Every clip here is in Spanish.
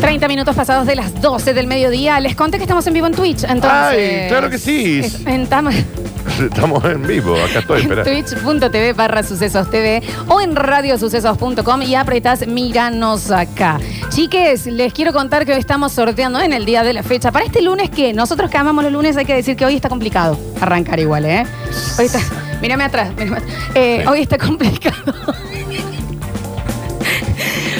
30 minutos pasados de las 12 del mediodía. Les conté que estamos en vivo en Twitch, entonces. Ay, claro que sí. es- en tam- Estamos en vivo, acá estoy, en espera. twitch.tv barra sucesos TV o en radiosucesos.com y apretás Míranos acá. Chiques, les quiero contar que hoy estamos sorteando en el día de la fecha. Para este lunes, que nosotros que amamos los lunes, hay que decir que hoy está complicado arrancar igual, ¿eh? Hoy está. Mírame atrás, mírame atrás. Eh, Sí. Hoy está complicado.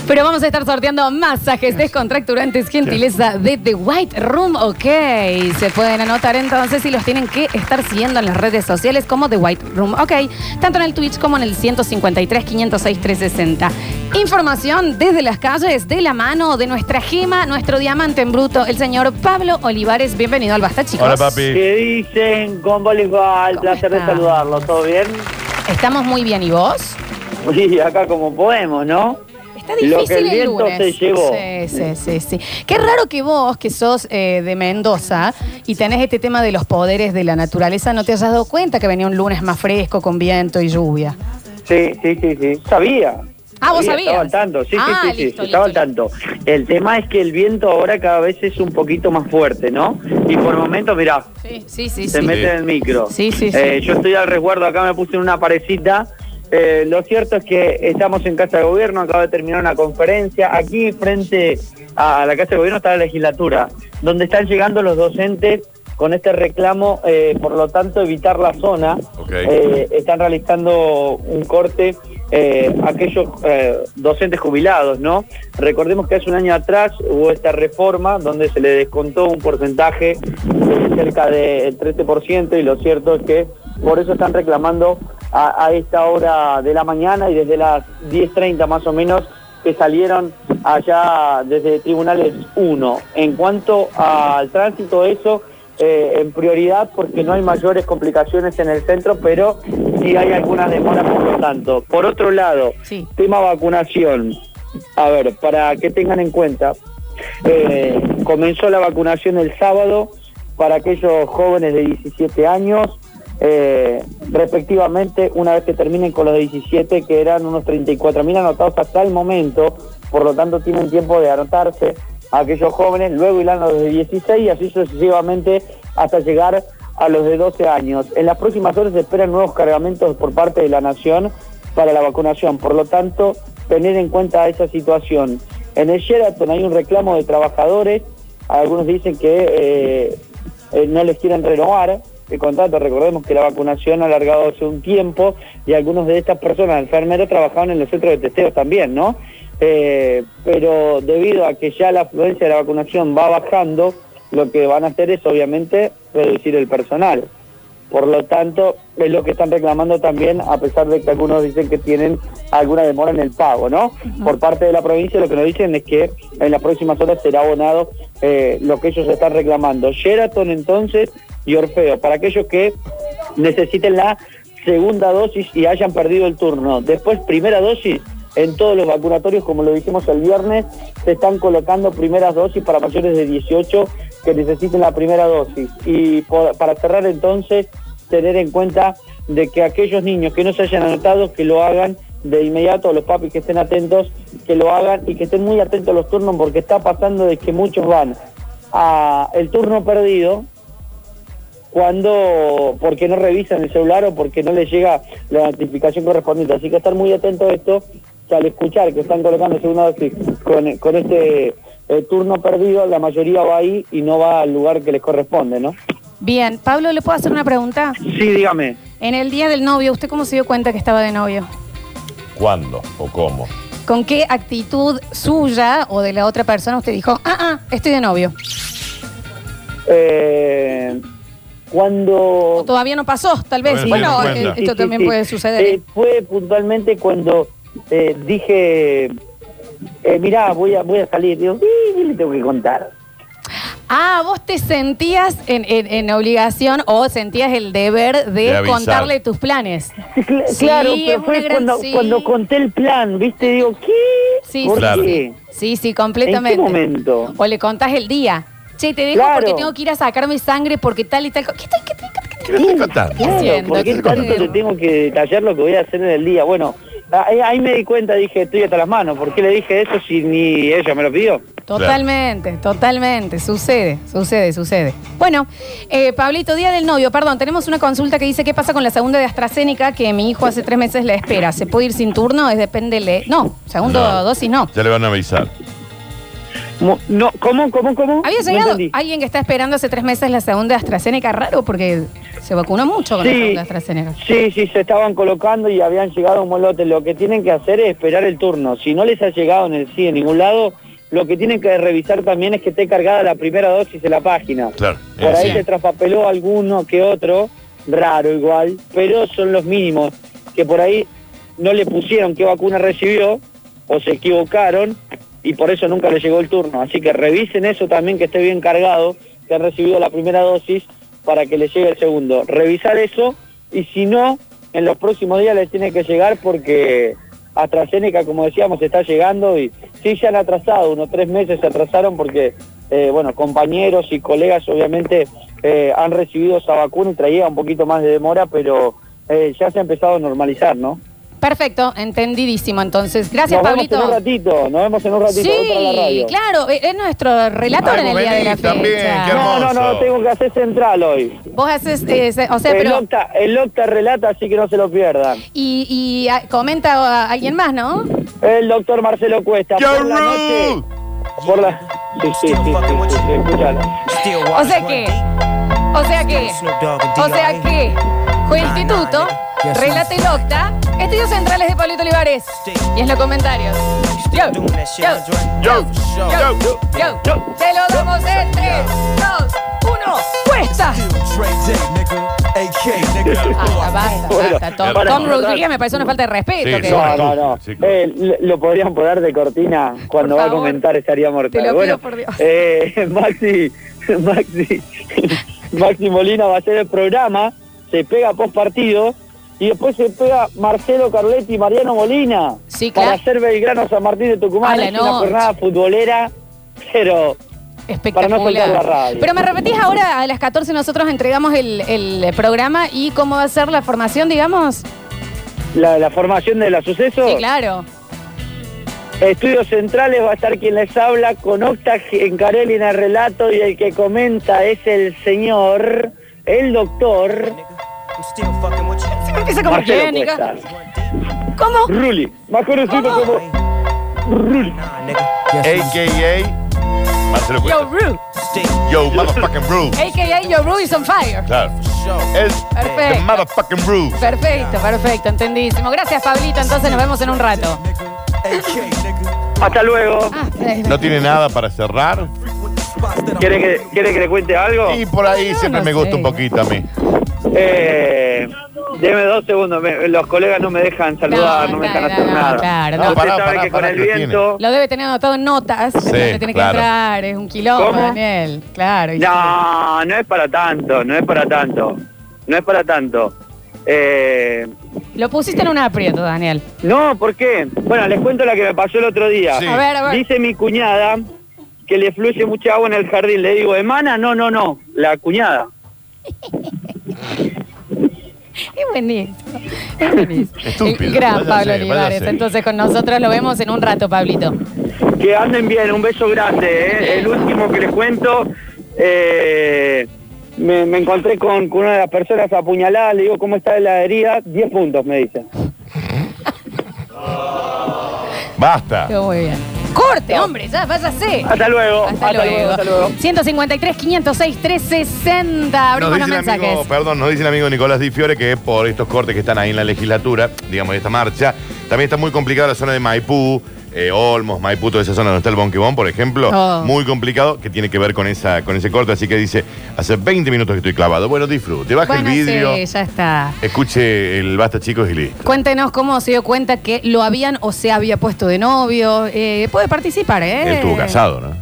Pero vamos a estar sorteando masajes descontracturantes, gentileza de The White Room, ok. Se pueden anotar entonces y los tienen que estar siguiendo en las redes sociales como The White Room, ok. Tanto en el Twitch como en el 153 506 360. Información desde las calles, de la mano de nuestra gema, nuestro diamante en bruto, el señor Pablo Olivares. Bienvenido al Basta, chicos. Hola, papi. ¿Qué dicen? ¿Cómo les va? El ¿Cómo placer de estás? saludarlos. ¿Todo bien? Estamos muy bien, ¿y vos? Sí, acá como podemos, ¿no? Está Lo que difícil el el viento lunes. se llevó. Sí, sí, sí, sí. Qué raro que vos, que sos eh, de Mendoza y tenés este tema de los poderes de la naturaleza, no te hayas dado cuenta que venía un lunes más fresco, con viento y lluvia. Sí, sí, sí, sí. Sabía. Ah, ¿vos Sabía, Estaba sabías? al tanto, sí, Ah, sí, sí, sí, listo, estaba al listo, tanto. El tema es que el viento ahora cada vez es un poquito más fuerte, ¿no? Y por momentos, mirá, Sí, sí, sí. se mete en el micro. Sí, sí, sí. Eh, yo estoy al resguardo, acá me puse en una parecita. Eh, lo cierto es que estamos en Casa de Gobierno, acaba de terminar una conferencia. Aquí frente a la Casa de Gobierno está la legislatura, donde están llegando los docentes con este reclamo, eh, por lo tanto, evitar la zona. Ok. Eh, están realizando un corte eh, aquellos eh, docentes jubilados, ¿no? Recordemos que hace un año atrás hubo esta reforma donde se le descontó un porcentaje de cerca del 13% y lo cierto es que por eso están reclamando a, a esta hora de la mañana y desde las 10.30 más o menos que salieron allá desde Tribunales 1. En cuanto al tránsito, eso eh, en prioridad porque no hay mayores complicaciones en el centro, pero sí hay algunas demoras por lo tanto. Por otro lado, Sí. tema vacunación. A ver, para que tengan en cuenta, eh, comenzó la vacunación el sábado para aquellos jóvenes de 17 años, eh, respectivamente, una vez que terminen con los de 17, que eran unos 34.000 anotados hasta el momento, por lo tanto tienen tiempo de anotarse a aquellos jóvenes, luego irán los de 16 y así sucesivamente hasta llegar a los de 12 años. En las próximas horas se esperan nuevos cargamentos por parte de la Nación para la vacunación. Por lo tanto, tener en cuenta esa situación. En el Sheraton hay un reclamo de trabajadores. Algunos dicen que eh, eh, no les quieren renovar el contrato. Recordemos que la vacunación ha alargado hace un tiempo y algunos de estas personas, enfermeros, trabajaban en los centros de testeo también, ¿no? Eh, pero debido a que ya la afluencia de la vacunación va bajando, lo que van a hacer es obviamente reducir el personal. Por lo tanto, es lo que están reclamando también, a pesar de que algunos dicen que tienen alguna demora en el pago, ¿no? Por parte de la provincia lo que nos dicen es que en las próximas horas será abonado eh, lo que ellos están reclamando. Sheraton entonces y Orfeo, para aquellos que necesiten la segunda dosis y hayan perdido el turno. Después, primera dosis en todos los vacunatorios, como lo dijimos el viernes, se están colocando primeras dosis para mayores de 18 que necesiten la primera dosis. Y por- para cerrar entonces, tener en cuenta de que aquellos niños que no se hayan anotado, que lo hagan de inmediato, los papis que estén atentos, que lo hagan y que estén muy atentos a los turnos porque está pasando de que muchos van a el turno perdido cuando porque no revisan el celular o porque no les llega la notificación correspondiente. Así que estar muy atento a esto, que al escuchar que están colocando segunda dosis con, con este eh, turno perdido, la mayoría va ahí y no va al lugar que les corresponde, ¿no? Bien, Pablo, ¿le puedo hacer una pregunta? Sí, dígame. En el día del novio, ¿usted cómo se dio cuenta que estaba de novio? ¿Cuándo o cómo? ¿Con qué actitud suya o de la otra persona usted dijo, ah, ah, estoy de novio? Eh, O cuando... todavía no pasó, tal vez. Todavía no bueno, se dio eh, cuenta. esto Sí, sí, también sí. puede suceder. Eh, fue puntualmente cuando eh, dije, eh, mirá, voy a, voy a salir. Digo, sí, ¿qué le tengo que contar? Ah, vos te sentías en, en- en obligación o sentías el deber de, De avisar. contarle tus planes. Sí, cl- Sí, claro, es pero una fue gran- cuando, sí. cuando conté el plan, ¿viste? Digo, ¿qué? Sí, ¿Por sí, Claro. qué? Sí, sí, completamente. ¿En qué momento? O le contás el día. Che, te dejo Claro. porque tengo que ir a sacarme sangre porque tal y tal. co- ¿Qué, tal, qué, tal, qué tal? ¿Qué le estoy contando? Claro, Claro, haciendo? ¿por ¿Qué qué te tanto conté? te tengo que detallar lo que voy a hacer en el día? Bueno, ahí, ahí me di cuenta, dije, estoy hasta las manos. ¿Por qué le dije eso si ni ella me lo pidió? Totalmente, totalmente. Sucede, sucede, sucede. Bueno, eh, Pablito, día del novio, perdón, tenemos una consulta que dice qué pasa con la segunda de AstraZeneca que mi hijo hace tres meses la espera. ¿Se puede ir sin turno? Es depende le- No, segundo No. dosis no. Ya le van a avisar. Mo- No, ¿cómo, cómo, cómo? Había No llegado entendí. alguien que está esperando hace tres meses la segunda de AstraZeneca, raro porque se vacunó mucho con la Sí. segunda de AstraZeneca. Sí, sí, se estaban colocando y habían llegado un molote. Lo que tienen que hacer es esperar el turno. Si no les ha llegado en el sí en ningún lado, lo que tienen que revisar también es que esté cargada la primera dosis de la página. Claro. Por Eh, ahí sí. se traspapeló alguno que otro, raro igual, pero son los mínimos que por ahí no le pusieron qué vacuna recibió o se equivocaron y por eso nunca le llegó el turno. Así que revisen eso también que esté bien cargado, que han recibido la primera dosis para que le llegue el segundo. Revisar eso y si no, en los próximos días le tiene que llegar porque AstraZeneca, como decíamos, está llegando y sí se han atrasado, unos tres meses se atrasaron porque, eh, bueno, compañeros y colegas obviamente eh, han recibido esa vacuna y traía un poquito más de demora, pero eh, ya se ha empezado a normalizar, ¿no? Perfecto, entendidísimo entonces. Gracias, Nos vemos Pablito. en un ratito, nos vemos en un ratito, voy para la Sí, radio. claro, e- es nuestro relator Ay, en el vos día de la venís también, fecha. qué No, no, no, Hermoso. tengo que hacer central hoy. Vos haces, eh, se- o sea, el, pero... Octa, el Octa relata, así que no se lo pierdan. Y, y, ah, comenta a alguien más, ¿no? El doctor Marcelo Cuesta, Yo por la noche... rule. Por la... Sí, sí, sí, sí, sí, sí, escúchalo. O sea que, o sea que, o sea que, fue el instituto, relata y locta, estudios centrales de Pablito Olivares. Y en los comentarios. Yo, yo, yo, yo, yo, yo. Te lo damos en 3, 2, 1, cuesta. Basta, basta, basta. Tom, Bueno, Tom para- Rodríguez me parece una falta de respeto. Sí, que- son- No, no, no. Sí, claro. Eh, lo- lo podrían poner de cortina cuando Por va a favor. comentar estaría mortal. Te lo pido, bueno, por Dios. eh, Maxi, Maxi, Maxi Molina va a hacer el programa, se pega post partido y después se pega Marcelo Carletti y Mariano Molina Sí, para claro. hacer Belgrano San Martín de Tucumán. A la Es una noche. jornada futbolera, pero Espectacular. Para no soltar la radio. Pero me repetís ahora, a las 14 nosotros entregamos el, el programa y cómo va a ser la formación, digamos. la, la formación de la suceso. Sí, claro. Estudios Centrales va a estar quien les habla con Octa en Carolina Relato y el que comenta es el señor, el doctor Se me empieza como Marcelo técnica. Cuesta. ¿Cómo? Ruli, más conocido como... AKA Marcelo Yo, Cuesta. Ru. Yo, motherfucking Rule. AKA Yo, Ru is on fire. Claro. Es Perfecto. the motherfucking Rule. Perfecto, perfecto, entendidísimo. Gracias, Pablito. Entonces nos vemos en un rato. Hasta luego. Ah, eh, No tiene nada para cerrar. ¿Quiere que, quiere que le cuente algo? Y por ahí No, siempre no me gusta sé. un poquito a mí. Eh, deme dos segundos, me- los colegas no me dejan saludar, no, me dejan claro, hacer no, nada. claro, no. Usted Pará, sabe pará, que con pará, el que lo tiene. viento... Lo debe tener anotado en notas, pero Sí, donde tiene claro. que entrar, es un quilombo, ¿Cómo? Daniel. Claro. y- No, no es para tanto, no es para tanto, no es para tanto. Eh... Lo pusiste en un aprieto, Daniel. No, ¿por qué? Bueno, les cuento la que me pasó el otro día. Sí. A ver, a ver. Dice mi cuñada que le fluye mucha agua en el jardín. Le digo, hermana, no, no, no, la cuñada. Es buenísimo. Es buenísimo. Eh, Estúpido, Gran váyase, Pablo Olivares. váyase. Entonces con nosotros lo vemos en un rato, Pablito. Que anden bien, un beso grande. ¿eh? El último que les cuento, eh, me, me encontré con, con una de las personas apuñalada, le digo, ¿cómo está la herida? 10 puntos, me dice. Basta. Qué muy bien. Corte, hombre, ya váyase. Hasta luego, hasta, luego. hasta luego. 153, 506, 360. Abrimos los dice el mensajes. amigo, perdón, nos dice el amigo Nicolás Di Fiore que por estos cortes que están ahí en la legislatura, digamos, en esta marcha, también está muy complicada la zona de Maipú, eh, Olmos, Maipú, toda esa zona donde está el Bonquibón, por ejemplo, Oh. muy complicado, que tiene que ver con, esa, con ese corte, así que dice, hace 20 minutos que estoy clavado, bueno, disfrute, baja Bueno, el vidrio, sí, ya está. escuche el Basta Chicos y listo. Cuéntenos cómo se dio cuenta que lo habían o se había puesto de novio. Eh, puede participar, Él ¿eh? estuvo casado, ¿no?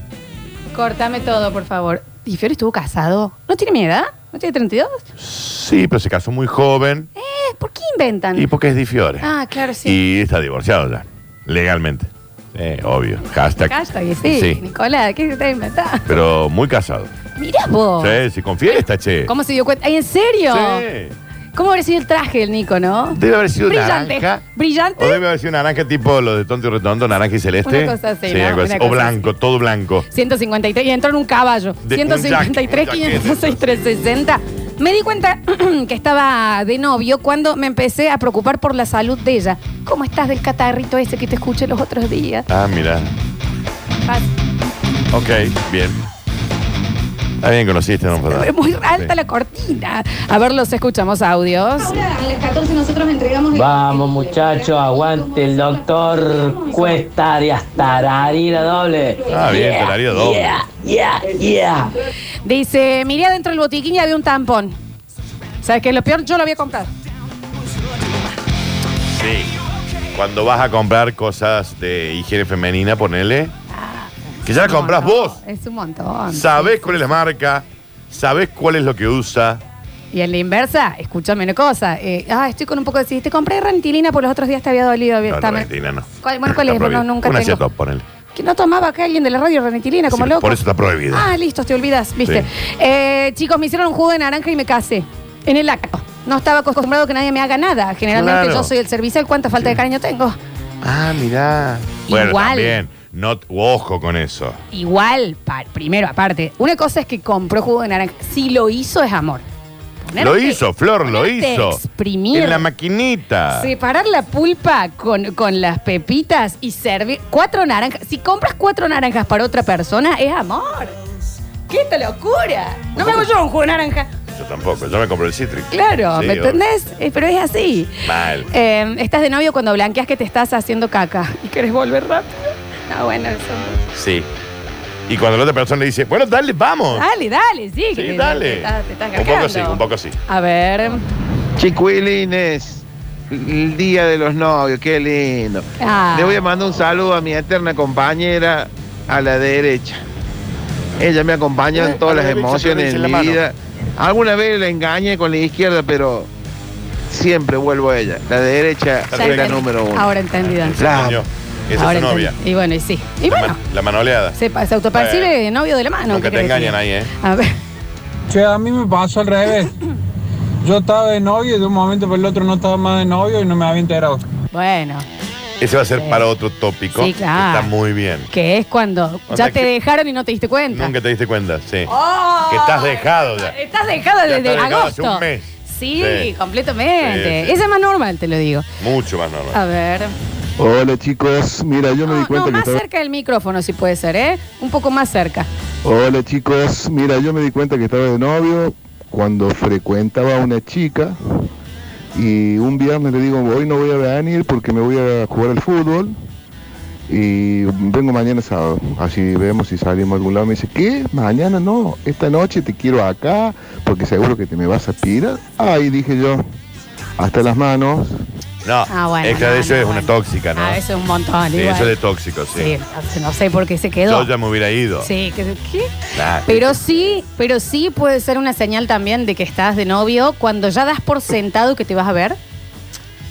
Cortame todo, por favor. ¿Y Fiore estuvo casado? ¿No tiene mi edad? ¿No tiene 32? Sí, pero se casó muy joven Eh, ¿Por qué inventan? y porque es Di Fiore. Ah, claro, sí. Y está divorciado ya, legalmente. Eh, obvio, hashtag. Hashtag, sí, Nicolás, ¿qué te inventás? Pero muy casado. Mirá vos. Sí, sí, con fiesta, che. ¿Cómo se dio cuenta? Ay, ¿En serio? Sí. ¿Cómo habría sido el traje el Nico, no? Debe haber sido Brillante. naranja. Brillante. O debe haber sido naranja tipo lo de tonto y redondo, naranja y celeste. Una cosa así, Sí, ¿no? algo así. Una O cosa blanco, todo blanco. 153 y entró en un caballo. De- un 153, jaque, un jaquete. 506, 360. Me di cuenta que estaba de novio cuando me empecé a preocupar por la salud de ella. ¿Cómo estás del catarrito ese que te escuché los otros días? Ah, mira. Ah, Ok, bien. Está bien conociste, no pero Muy alta Sí. la cortina. A ver, los escuchamos audios. Ahora a las 14 nosotros entregamos. el- Vamos muchachos, aguante el doctor Cuesta Arias Tararira doble. Ah, bien, salario doble. Yeah, yeah, yeah. Dice, miré adentro del botiquín y había un tampón. ¿Sabes qué? Lo peor, yo lo había comprado. Sí. Cuando vas a comprar cosas de higiene femenina, ponele. Que ya las compras Ah. No, no, vos. Es un montón. Sabés cuál es la marca, sabés cuál es lo que usa. Y en la inversa, escúchame una cosa. eh, ah, estoy con un poco de... Si te compré rentilina, por los otros días te había dolido. No, no, También- Valentina, no. ¿Cuál- bueno, cuál Está es? Bueno, prohibido. nunca Una tengo. Ciatop, ponele. Que no tomaba acá alguien de la radio renitilina como Sí, loco. Por eso está prohibido. Ah, listo, te olvidas, viste. Sí. Eh, chicos, me hicieron un jugo de naranja y me casé. En el acto. No estaba acostumbrado a que nadie me haga nada. Generalmente Claro. yo soy el servicial. ¿Cuánta falta de cariño tengo? Ah, mirá. Bueno, Igual. también. No, ojo con eso. Igual, pa- primero, aparte, una cosa es que compró jugo de naranja. Si lo hizo, es amor. Ponerte- Lo hizo, Flor, lo ponerte hizo. a Exprimir. En la maquinita. Separar la pulpa con, con las pepitas y servir cuatro naranjas. Si compras cuatro naranjas para otra persona, es amor. ¡Qué esta locura! No me hago yo un jugo de naranja. Yo tampoco, yo me compro el Citrix. Claro, Sí, ¿me obvio. entendés? Eh, Pero es así. Mal. Eh, estás de novio cuando blanqueas que te estás haciendo caca y querés volver rápido. No, bueno, eso. Sí. Y cuando la otra persona le dice, bueno, dale, vamos. Dale, dale, sí. que sí, te- Te, dale. estás- te estás un poco cagando. sí, un poco sí. A ver. Chicuilines, el día de los novios, qué lindo. Ah. Le voy a mandar un saludo a mi eterna compañera a la derecha. Ella me acompaña Eh, en todas a la las derecha, emociones pero de dice mi la mano. vida. Alguna vez la engañé con la izquierda, pero siempre vuelvo a ella. La derecha Perfecto. es la entendí. número uno. Ahora entendido. Ese La- señor, Esa Ahora es su entendí. novia. Y bueno, y sí. Y La, bueno. man- la manoleada. Se, pa- se autopercibe Bueno. novio de la mano. Nunca ¿qué crees? te engañan ahí, ¿eh? A ver. Che, a mí me pasó al revés. Yo estaba de novio y de un momento para el otro no estaba más de novio y no me había enterado. Bueno, Ese va a ser para otro tópico. Sí, claro. Está muy bien. que es cuando O ya sea te que- dejaron y no te diste cuenta. Nunca te diste cuenta, sí. ¡Oh! Que estás dejado ya. Estás dejado Ya desde estás dejado agosto. hace un mes. Sí, Sí. completamente. Sí, sí. Ese es más normal, te lo digo. Mucho más normal. A ver. Hola chicos, mira, yo me di No, cuenta no, que más estaba... cerca del micrófono, si puede ser, ¿eh? Un poco más cerca. Hola chicos, mira, yo me di cuenta que estaba de novio cuando frecuentaba a una chica y un viernes le digo, hoy no voy a venir porque me voy a jugar al fútbol y vengo mañana sábado, así vemos si salimos a algún lado. Me dice, ¿qué? Mañana no, esta noche te quiero acá porque seguro que te me vas a tirar. Ahí dije yo, hasta las manos. No, Ah, bueno. esta no, de eso no, es bueno. una tóxica, ¿no? Ah, eso es un montón. Sí, igual. eso es de tóxico, sí. Sí, no sé por qué se quedó. Yo ya me Ah. hubiera ido. Sí, que- ¿qué? Nah, Pero sí, pero sí puede ser una señal también de que estás de novio cuando ya das por sentado que te vas a ver.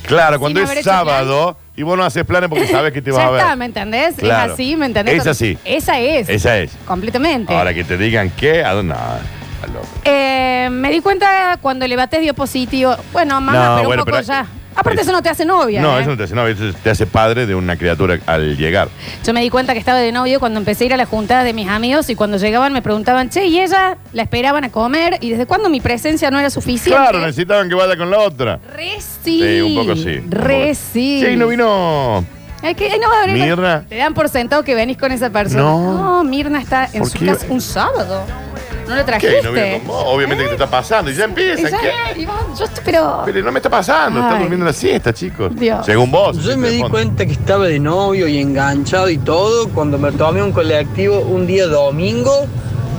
Claro, cuando sin haber es hecho sábado y vos no haces planes porque sabes que te vas ya a ver. está, ¿me entendés? Claro. Es así, ¿me entendés? Es así. Esa es. Esa es. Completamente. Ahora que te digan qué, a dónde. No, está loco. Eh, me di cuenta cuando el Bates dio positivo. Bueno, mamá, No, pero bueno, un poco pero- ya. Aparte, es- eso no te hace novia. No, ¿eh? eso no te hace novio, eso te hace padre de una criatura al llegar. Yo me di cuenta que estaba de novio cuando empecé a ir a la juntada de mis amigos y cuando llegaban me preguntaban, che, y ella la esperaban a comer y desde cuándo mi presencia no era suficiente. Claro, necesitaban que vaya con la otra. Re sí. Sí, un poco sí. Re Un poco. sí. Che, ¿y no vino. Ay, que- ay, no va a venir. Mirna. Te dan por sentado que venís con esa persona. No. Mirna está en ¿Por su qué? casa un sábado. No lo ¿Qué? trajiste. ¿Y no vino con vos? Obviamente que te está pasando. Y ya Y empiezan. ya- ¿Qué? y vos- yo estoy- pero. Pero no me está pasando, Ay. está durmiendo la siesta, chicos. Dios. Según vos. Yo me de di fondo. cuenta que estaba de novio y enganchado y todo cuando me tomé un colectivo un día domingo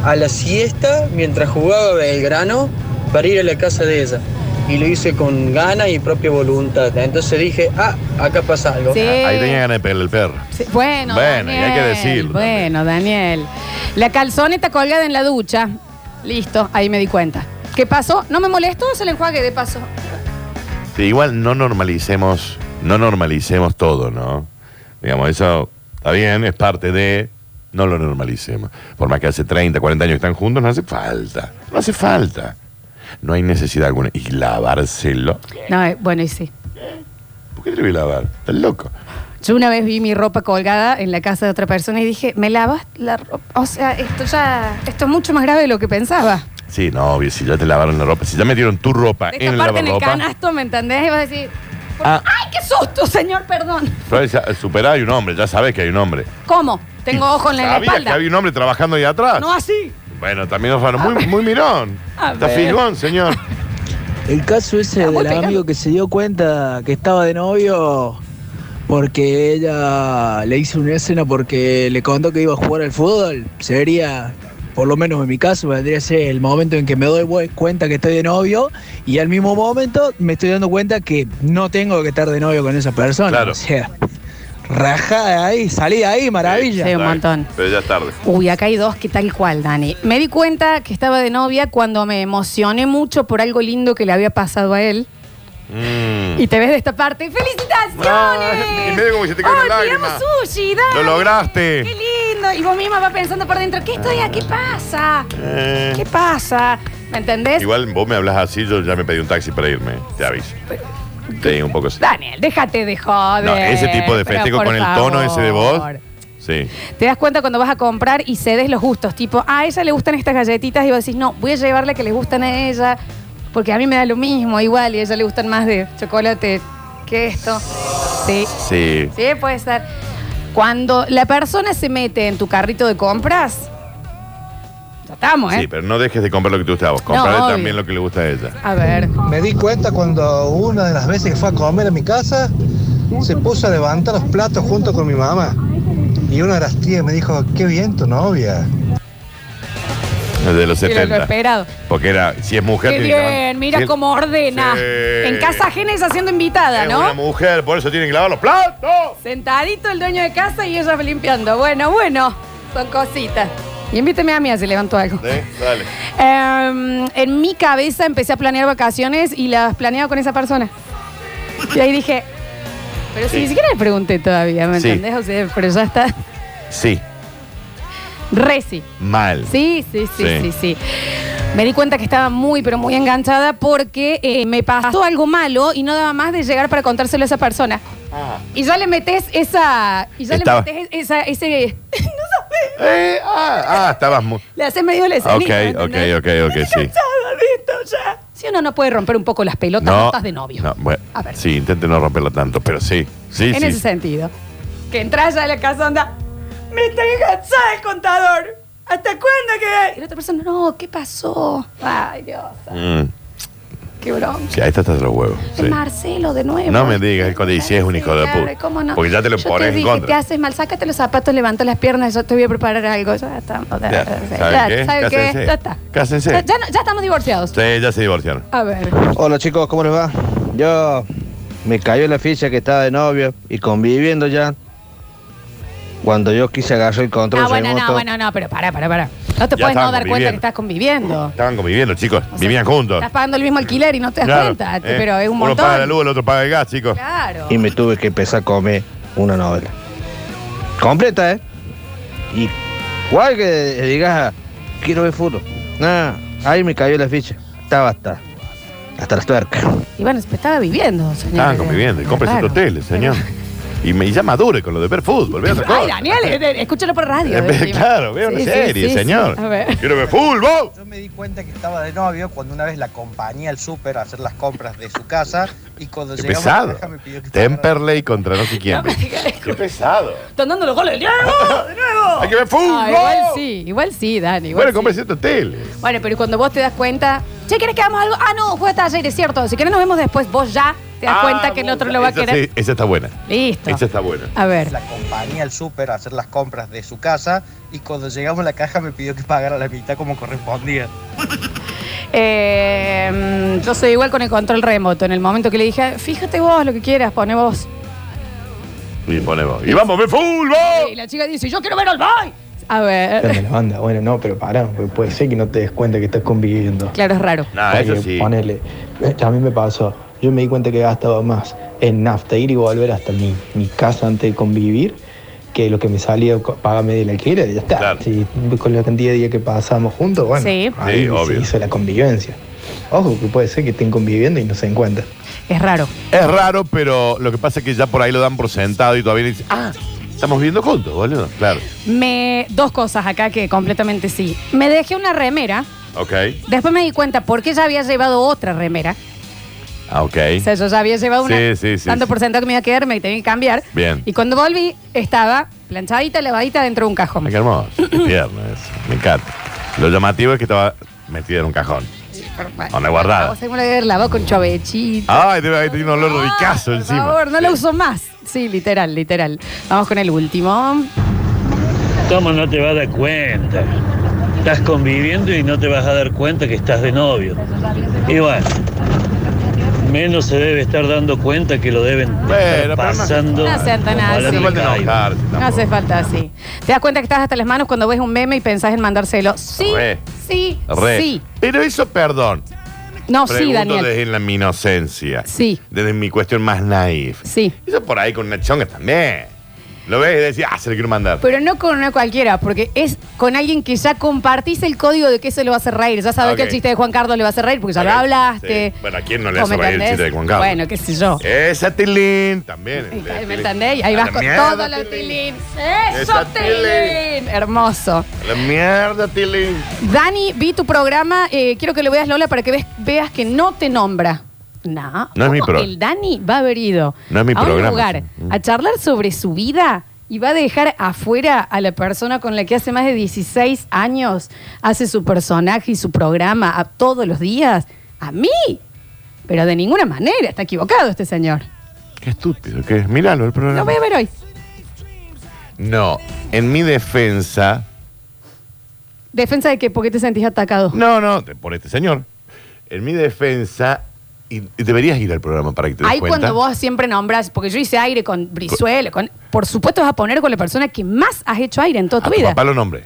a la siesta mientras jugaba a Belgrano para ir a la casa de ella. Y lo hice con ganas y propia voluntad. Entonces dije, ah, acá pasa algo. Sí. Ah, Ahí tenía ganas de pegarle el perro. Sí, Bueno, Bueno, y Daniel, hay que decirlo Bueno, Daniel. La calzoneta colgada en la ducha. Listo, ahí me di cuenta. ¿Qué pasó? ¿No me molestó o se le enjuague de paso? Sí, igual no normalicemos, no normalicemos todo, ¿no? Digamos, eso está bien, es parte de. No lo normalicemos. Por más que hace 30, 40 años que están juntos, no hace falta. No hace falta. No hay necesidad alguna. ¿Y lavárselo? No, eh, bueno, y sí. ¿Por qué te lo voy a lavar? Estás loco. Yo una vez vi mi ropa colgada en la casa de otra persona y dije, ¿me lavas la ropa? O sea, esto ya, esto es mucho más grave de lo que pensaba. Sí, no, obvio, si ya te lavaron la ropa, si ya metieron tu ropa De en esta Ah, el parte en el lavarropa, canasto, ¿me entendés? Y vas a decir, Ah. ¡ay, qué susto, señor, perdón! Flor, ya- superá, hay un hombre, ya sabes que hay un hombre. ¿Cómo? Tengo ojo en la, en la Sabías espalda. que había un hombre trabajando ahí atrás. No así. Bueno, también Osvaldo, muy, muy mirón. A Está ver. fijón, señor. El caso ese Ah, vos del pegando. amigo que se dio cuenta que estaba de novio porque ella le hizo una escena porque le contó que iba a jugar al fútbol, sería, por lo menos en mi caso, vendría a ser el momento en que me doy buen- cuenta que estoy de novio y al mismo momento me estoy dando cuenta que no tengo que estar de novio con esa persona. Claro. O sea, rajá de ahí, salí de ahí, maravilla. Sí, un montón. Pero ya es tarde. Uy, acá hay dos que tal cual, Dani. Me di cuenta que estaba de novia cuando me emocioné mucho por algo lindo que le había pasado a él. Mm. Y te ves de esta parte. ¡Felicitaciones! Ah, y medio como que se te cae ¡Ay, una tiramos lágrima! sushi! Dani! ¡Lo lograste! ¡Qué lindo! Y vos misma vas pensando por dentro, ¿qué estoy aquí? ¿Qué pasa? Eh. ¿Qué pasa? ¿Me entendés? Igual vos me hablas así, yo ya me pedí un taxi para irme. Te aviso. Sí, un poco así. Daniel, déjate de joder. No, ese tipo de pero festejo por con el tono ese de voz. favor. Sí. Te das cuenta cuando vas a comprar y cedes los gustos, tipo, "Ah, a ella le gustan estas galletitas y vos decís, no, voy a llevarle que le gustan a ella, porque a mí me da lo mismo igual y a ella le gustan más de chocolate que esto. Sí, Sí. sí, puede ser. Cuando la persona se mete en tu carrito de compras, ya estamos, ¿eh? Sí, pero no dejes de comprar lo que te gusta a vos. Comprarle obvio. también lo que le gusta a ella. A ver. Me di cuenta cuando una de las veces que fue a comer a mi casa se puso a levantar los platos junto con mi mamá. Y una de las tías me dijo, qué bien tu novia. De los Sí, lo- lo 70. esperado. Porque era, si es mujer, Qué tiene que lavar- bien, mira Sí, cómo ordena. ¿eh? Sí. En casa ajena ella siendo invitada, Es ¿no? una mujer, por eso tiene que lavar los platos. Sentadito el dueño de casa y ella limpiando. Bueno, bueno, son cositas. Y invíteme a mí a si levanto algo. ¿Eh? Dale. Em, en mi cabeza empecé a planear vacaciones y las planeaba con esa persona. Y ahí dije, pero si Sí. ni siquiera le pregunté todavía, ¿me Sí. entendés? O sea, pero ya está. Sí, Reci. mal. Sí, sí, sí, sí, Sí. sí, Me di cuenta que estaba muy, pero muy enganchada porque eh, me pasó algo malo y no daba más de llegar para contárselo a esa persona. Y ya le metes esa. Y ya Ah. Estaba- le metes esa, ese. no sabes. Eh, ah, ah, estabas muy. Le haces medio la escena. Ah, Ok, ok, ok, ok, sí. Si uno no puede romper un poco las pelotas, no, No. estás de novio. No, bueno, A ver. sí, intente no romperla tanto, pero sí. Sí, en sí. ese sentido. Que entras ya a la casa, onda. Me está enganchada el contador. ¿Hasta cuándo que.? Y la otra persona, no, ¿qué pasó? Ay, Dios, Mm, qué bronca. sí, ahí está hasta los huevos. Es Sí. Marcelo de nuevo. No me digas, el Cody, sí es un hijo de Claro, puta. ¿cómo no? Porque ya te lo Yo pones en dije, contra. Te haces mal, sácate los zapatos, levanta las piernas, yo te voy a preparar algo. Ya estamos. eh, Ya, Ya, ¿saben qué? ¿saben qué? Cásense. Ya está. Cásense. Ya, ya no- ya estamos divorciados. Sí, ya se divorciaron. A ver. Ah, Hola chicos, ¿cómo les va? Yo me cayó la ficha que estaba de novio y conviviendo ya. Cuando yo quise agarrar el control Ah, bueno, no, bueno, no, pero pará, pará, pará. No te puedes Ya no estamos dar cuenta que viviendo. estás conviviendo. Estaban conviviendo, chicos. O sea, Vivían juntos. Estás pagando el mismo alquiler y no te das Claro, cuenta, eh. pero es un Uno montón. paga la luz, el otro paga el gas, chicos. Claro. y me tuve que empezar a comer una novela. Completa, ¿eh? Y cual que digas, quiero ver fútbol. Nada, ahí me cayó la ficha. Estaba hasta, hasta las tuercas. Y bueno, se estaba viviendo, señor. Estaban conviviendo. Y cómprese Claro. otro tele, señor. Y, me, y ya madure con lo de ver fútbol. Ve otra cosa. Ay, Daniel, eh, escúchalo por radio. Eh, encima. claro, vea una Sí, sí, serie, sí, sí. señor. A ver. Quiero ver fútbol. Yo me di cuenta que estaba de novio cuando una vez la acompañé al súper a hacer las compras de su casa y cuando Qué llegamos a la pesado. caja me pidió que pagara. Temperley contra no sé quién. No me digas eso. Qué pesado. Están dando los goles. ¡De nuevo! ¡De nuevo! Hay que ver fútbol. Ah, igual sí, igual sí, Dani. igual Bueno, sí. cómprese otro tele. Bueno, pero cuando vos te das cuenta, che, ¿querés que hagamos algo? Ah, no, juega hasta ayer, es cierto. Si querés nos vemos después, vos ya te das Ah, cuenta que el otro lo va a esa querer. sí, esa está buena. Listo. Esa está buena. A ver. La acompañé al súper a hacer las compras de su casa y cuando llegamos a la caja me pidió que pagara la mitad como correspondía. Eh, mm, yo soy igual con el control remoto. En el momento que le dije, fíjate vos lo que quieras, pone vos. Y ponemos. Y vamos, a ver Y fútbol. la chica dice, yo quiero ver al boy. A ver. la banda? Bueno, no, pero pará, porque puede ser que no te des cuenta que estás conviviendo. Claro, es raro. No, Ah, eso Porque, sí. Ponele, eh, a mí me pasó, yo me di cuenta que gastaba más en nafta ir y volver hasta mi, mi casa antes de convivir que lo que me salía co- pagarme del alquiler, y ya está. Claro. Sí, con la cantidad de días que pasamos juntos, bueno, Sí. ahí Sí, se obvio. hizo la convivencia. Ojo, que puede ser que estén conviviendo y no se encuentren. Es raro. Es raro, pero lo que pasa es que ya por ahí lo dan por sentado y todavía dicen, ah, estamos viviendo juntos, boludo. Claro. Me, dos cosas acá que completamente sí. Me dejé una remera, Ok. después me di cuenta por qué ya había llevado otra remera. Ah, ok. O sea, yo ya había llevado una Sí, sí, sí, tanto sí. por ciento que me iba a quedar, me tenía que cambiar. Bien. Y cuando volví, estaba planchadita, lavadita dentro de un cajón. Ay, qué hermoso. Qué tierno eso. Me encanta. Lo llamativo es que estaba metida en un cajón. Perfecto. Donde guardada. O sea, me la había lavado con chovechita. Ay, debe haber tenido un olor ricazo Ah, Por encima. favor, no Sí. la uso más. Sí, literal, literal. Vamos con el último. Toma, no te vas a dar cuenta. Estás conviviendo y no te vas a dar cuenta que estás de novio. Y bueno, menos se debe estar dando cuenta que lo deben Bueno, pero estar no- pasando. No sean tan Ojalá no así. No le hace falta caiga. enojarse No tampoco. hace falta así. Te das cuenta que estás hasta las manos cuando ves un meme y pensás en mandárselo. Sí, Re. sí, Re. sí. Pero eso, perdón. No, sí, Pregunto Daniel. desde la mi inocencia. Sí. Desde mi cuestión más naif. Sí. Eso por ahí con una chonga también. Lo ves y decís, ah, se lo quiero mandar. Pero no con una cualquiera, porque es con alguien que ya compartís el código de que eso le va a hacer reír. Ya sabes Ok. que el chiste de Juan Carlos le va a hacer reír porque ya lo Ok, hablaste. sí. Bueno, ¿a quién no le ¿O me hace reír el entendés? chiste de Juan Carlos? Bueno, qué sé yo. Esa Tilín también. el de ¿Me Tilín. entendés? Y Ahí A vas la con mierda, todos los tilín. Tilín. ¡Eso, Esa tilín! Hermoso. A La mierda, Tilín. Dani, vi tu programa. eh, quiero que lo veas, Lola, para que ves- veas que no te nombra. No. No es mi ¿Cómo pro- El Dani va a haber ido No es mi a un programa, lugar sí. Mm. a charlar sobre su vida y va a dejar afuera a la persona con la que hace más de 16 años hace su personaje y su programa a todos los días. A mí. Pero de ninguna manera está equivocado este señor. Qué estúpido que es. Míralo el programa. Lo voy a ver hoy. No, en mi defensa. Defensa de que, ¿por qué te sentís atacado? No, no, de- por este señor. En mi defensa. Y y deberías ir al programa para que te des Ahí cuenta. cuando vos siempre nombras, porque yo hice aire con Brizuela, con, por supuesto vas a poner con la persona que más has hecho aire en toda a tu Ah, tu vida. papá lo nombré.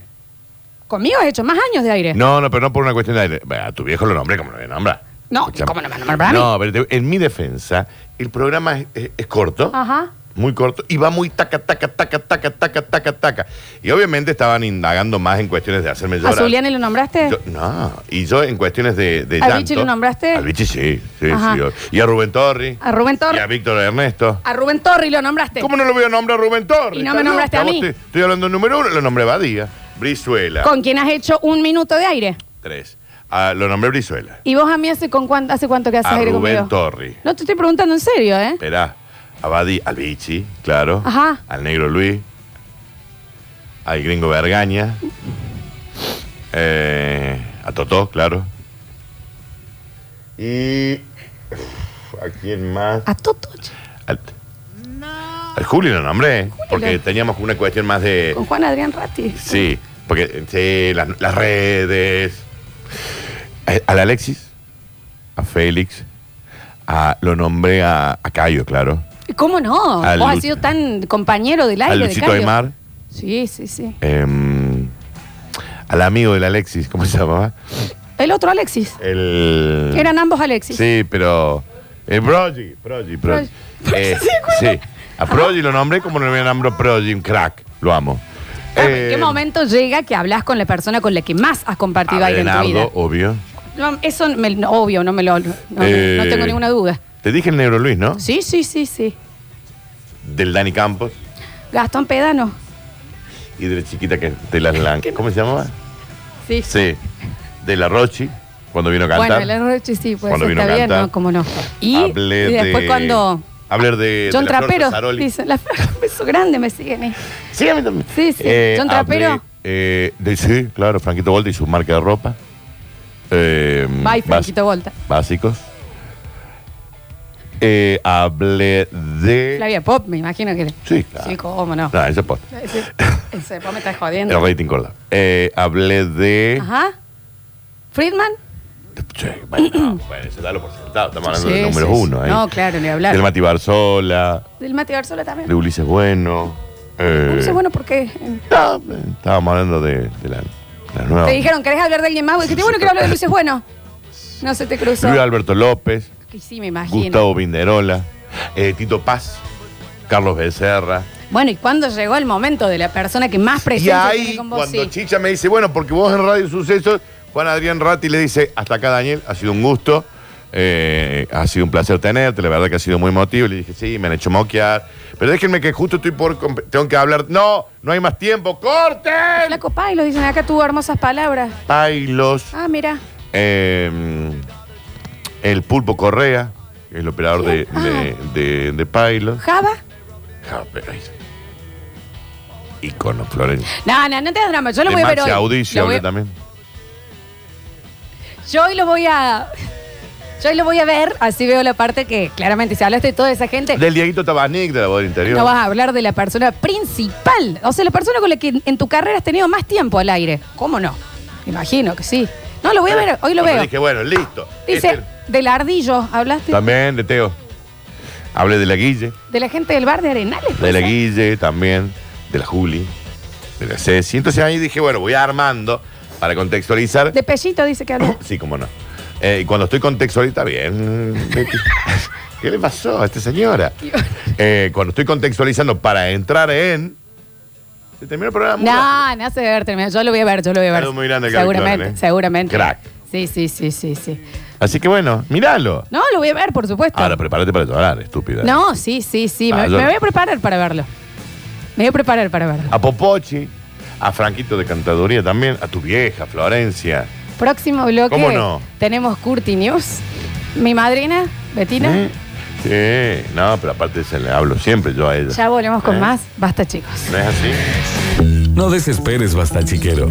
Conmigo has hecho más años de aire. No, no, pero no por una cuestión de aire. Bueno, A tu viejo lo nombré como lo voy a nombrar. No, Escuchame. ¿cómo no me va a nombrar para mí? No, pero te- en mi defensa, el programa es, es- es corto. Ajá. Muy corto. Y va muy taca, taca, taca, taca, taca, taca, taca. Y obviamente estaban indagando más en cuestiones de hacerme ¿A llorar. Zuliani lo nombraste? Yo- no, y yo en cuestiones de, de ¿Al llanto. Vichy lo nombraste? Al Vichy sí, sí, Ajá. sí. Y a Rubén Torri. A Rubén Torri. Y a Víctor Ernesto. A Rubén Torri lo nombraste. ¿Cómo no lo voy a nombrar a Rubén Torri? Y no me ¿Estás nombraste loca? a mí. Vos te- estoy hablando del número uno, lo nombré Badía. Brizuela. Con quien has hecho un minuto de aire. Tres. Ah, lo nombré Brizuela. ¿Y vos a mí hace, con cuánto, hace cuánto que haces A aire Rubén conmigo? Torri. No te estoy preguntando en serio, ¿eh? Esperá. A Badía, al Vichy, claro. Ajá. Al negro Luis. Al gringo Vergaña. Eh, a Totó, claro. Y. uf, ¿A quién más? A Toto. che. Al, al Julio lo nombré, porque teníamos una cuestión más de. Con Juan Adrián Ratti. Eh, Sí, porque sí, las, las redes. Eh, Al Alexis, a Félix, a- lo nombré a, a Cayo, claro. ¿Cómo no? Al vos Lu- has sido tan compañero del aire. a de Luchito Cayo. Aymar, Sí, sí, sí. em, al amigo del Alexis, ¿cómo se llamaba? El otro Alexis. El. Eran ambos Alexis. Sí, pero. Eh, Progi, Progi, Progi. Eh, sí, a Progi lo nombré como lo nombro Progi, un crack, lo amo. Claro, ¿En qué Eh, momento llega que hablas con la persona con la que más has compartido aire en tu vida? Abelardo, obvio. No, eso, me- no, obvio, no me lo. No, no- Eh. no tengo ninguna duda. Te dije el negro Luis, ¿no? Sí, sí, sí, sí. Del Dani Campos Gastón Pedano. y de la chiquita que de las blancas. ¿Cómo se llamaba? Sí. Sí. De la Rochi, cuando vino a Bueno, cantar. el Roche sí, pues Cuando vino está a bien, cantar. ¿no? ¿Cómo no? Y, Hablé y después de- cuando. Hablar de. John de la Flor Mm, Trapero. Casaroli. Dicen, la beso grande me siguen ahí. Sí, a mí también. Sí, sí. John Trapero. hablé, eh, de, sí, claro, Franquito Volta y su marca de ropa. Eh, Bye, bas- Franquito Volta. Básicos. Eh, hablé de. Flavia Pop, me imagino que. Sí, claro. Sí, cómo no. No, ese post. Sí, Ese Pop me está El jodiendo. rating corda. Eh, hablé de. Ajá. Friedman. Sí, bueno, no, bueno, se da lo por sentado. Estamos hablando Sí, del número sí, sí. uno. ahí. No, claro, ni hablar. Del Mati Barzola, Del Mate Barzola también. de Ulises Bueno. eh, No sé, bueno, porque. no, eh, estábamos hablando de, de la, de la nueva. Te dijeron, ¿querés hablar de alguien más? Dijiste, bueno, quiero hablar de Luces Bueno. No se te cruzó. Luis Alberto López, Y sí, me imagino. Gustavo Vinderola, eh, Tito Paz, Carlos Becerra. Bueno, ¿y cuándo llegó el momento de la persona que más Y presencia tiene ahí, con vos? cuando Sí. Chicha me dice, bueno, porque vos en Radio Sucesos, Juan Adrián Ratti le dice, hasta acá Daniel, ha sido un gusto, eh, ha sido un placer tenerte, la verdad que ha sido muy emotivo. Le dije, sí, me han hecho moquear. Pero déjenme que justo estoy por... comp- Tengo que hablar... No, no hay más tiempo, corten. Flaco Pailo, dicen acá tuvo hermosas palabras. Pailos. Ah, mira. Eh, el Pulpo Correa, que es el operador de, Ah. de, de- de Pilot. ¿Java? Ja, pero ahí- Icono, Florencia. No, no, no te das drama. Yo lo de voy a ver Maxi hoy. Audicio Lo voy- habla también. Yo hoy lo voy a. Yo hoy lo voy a ver, así veo la parte que claramente si hablaste de toda esa gente, Del Dieguito Tabanic de la voz del interior. no vas a hablar de la persona principal. O sea, la persona con la que en tu carrera has tenido más tiempo al aire. ¿Cómo no? Me imagino que sí. No, lo voy a ver, hoy lo Cuando veo. Dije, bueno, listo. Este, Dice, del ardillo, hablaste. También de Teo. Hablé de la Guille, De la gente del bar de Arenales. de la Guille también, de la Juli, de la Ceci. Entonces ahí dije, bueno, voy armando para contextualizar. De Pellito dice que habló. Sí, cómo no. Eh, y cuando estoy con textualizando, bien. Betty. ¿Qué le pasó a esta señora? Eh, cuando estoy contextualizando para entrar en. Se terminó el programa. No, no se debe haber terminado. Yo lo voy a ver, yo lo voy a ver. Algo muy grande el Gaby seguramente, Clonen, ¿eh? seguramente. Crack. Sí, sí, sí, sí, sí. Así que bueno, míralo. No, lo voy a ver, por supuesto. Ahora prepárate para llorar, estúpida. No, sí, sí, sí. Ah, me, yo- me voy a preparar para verlo. Me voy a preparar para verlo. A Popochi, a Franquito de Cantaduría también, a tu vieja, Florencia. Próximo bloque. ¿Cómo no? Tenemos Curti News. Mi madrina, Betina. Mm. Sí, no, pero aparte se le hablo siempre yo a ella. Ya volvemos con ¿Eh? más. Basta, chicos. ¿No es así? No desesperes, basta chiquero.